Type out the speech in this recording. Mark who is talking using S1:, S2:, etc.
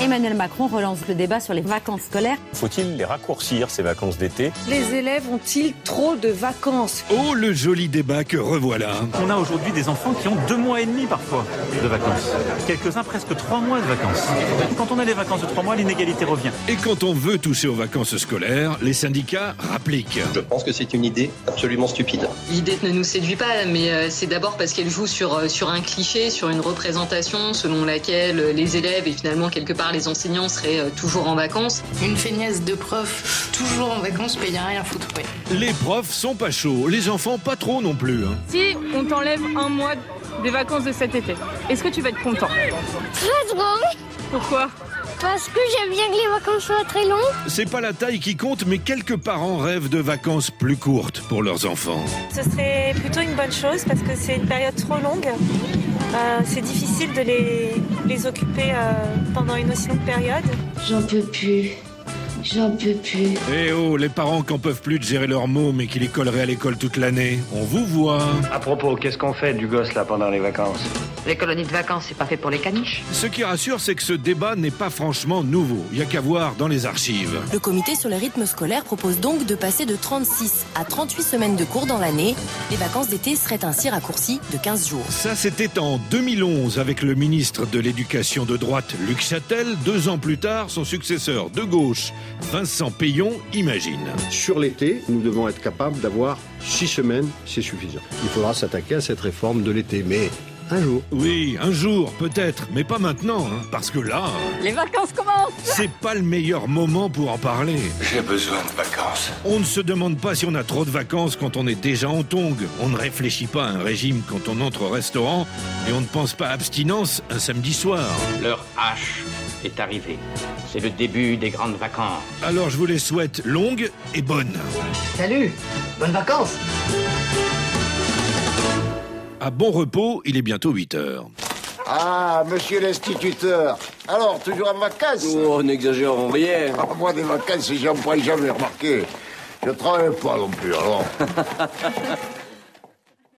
S1: Emmanuel Macron relance le débat sur les vacances scolaires.
S2: Faut-il les raccourcir, ces vacances d'été
S3: Les élèves ont-ils trop de vacances
S4: Oh, le joli débat que revoilà
S5: On a aujourd'hui des enfants qui ont deux mois et demi parfois de vacances. Quelques-uns presque trois mois de vacances. Quand on a les vacances de trois mois, l'inégalité revient.
S4: Et quand on veut toucher aux vacances scolaires, les syndicats rappliquent.
S6: Je pense que c'est une idée absolument stupide.
S7: L'idée ne nous séduit pas, mais euh, c'est d'abord parce qu'elle joue sur, euh, sur un cliché, sur une représentation selon laquelle euh, les élèves et finalement quelque part les enseignants seraient euh, toujours en vacances.
S8: Une feignasse de prof, toujours en vacances, mais il a rien à foutre. Ouais.
S4: Les profs sont pas chauds, les enfants pas trop non plus. hein.
S9: Si on t'enlève un mois des vacances de cet été, est-ce que tu vas être content
S10: Très drôle,
S9: Pourquoi
S10: parce que j'aime bien que les vacances soient très longues.
S4: C'est pas la taille qui compte, mais quelques parents rêvent de vacances plus courtes pour leurs enfants.
S11: Ce serait plutôt une bonne chose parce que c'est une période trop longue. Euh, c'est difficile de les, les occuper euh, pendant une aussi longue période.
S12: J'en peux plus. J'en peux plus.
S4: Eh oh, les parents qu'en peuvent plus de gérer leurs mots, mais qui les colleraient à l'école toute l'année. On vous voit.
S13: À propos, qu'est-ce qu'on fait du gosse là pendant les vacances
S14: Les colonies de vacances, c'est pas fait pour les caniches.
S4: Ce qui rassure, c'est que ce débat n'est pas franchement nouveau. Il y a qu'à voir dans les archives.
S15: Le comité sur le rythme scolaire propose donc de passer de 36 à 38 semaines de cours dans l'année. Les vacances d'été seraient ainsi raccourcies de 15 jours.
S4: Ça, c'était en 2011 avec le ministre de l'Éducation de droite, Luc Châtel. Deux ans plus tard, son successeur de gauche, Vincent Payon, imagine.
S16: Sur l'été, nous devons être capables d'avoir six semaines, c'est suffisant. Il faudra s'attaquer à cette réforme de l'été, mais un jour.
S4: Oui, un jour, peut-être, mais pas maintenant, hein, parce que là,
S17: Les vacances commencent
S4: c'est pas le meilleur moment pour en parler.
S18: J'ai besoin de vacances.
S4: On ne se demande pas si on a trop de vacances quand on est déjà en tongue. On ne réfléchit pas à un régime quand on entre au restaurant. Et on ne pense pas à abstinence un samedi soir.
S19: L'heure H est arrivée. C'est le début des grandes vacances.
S4: Alors je vous les souhaite longues et bonnes.
S14: Salut Bonnes vacances
S4: À bon repos, il est bientôt 8 heures.
S20: Ah, monsieur l'instituteur. Alors, toujours en vacances
S4: Oh, n'exagérons rien.
S20: Ah, Moi, des vacances, j'en prends jamais, remarqué. Je travaille pas non plus, alors.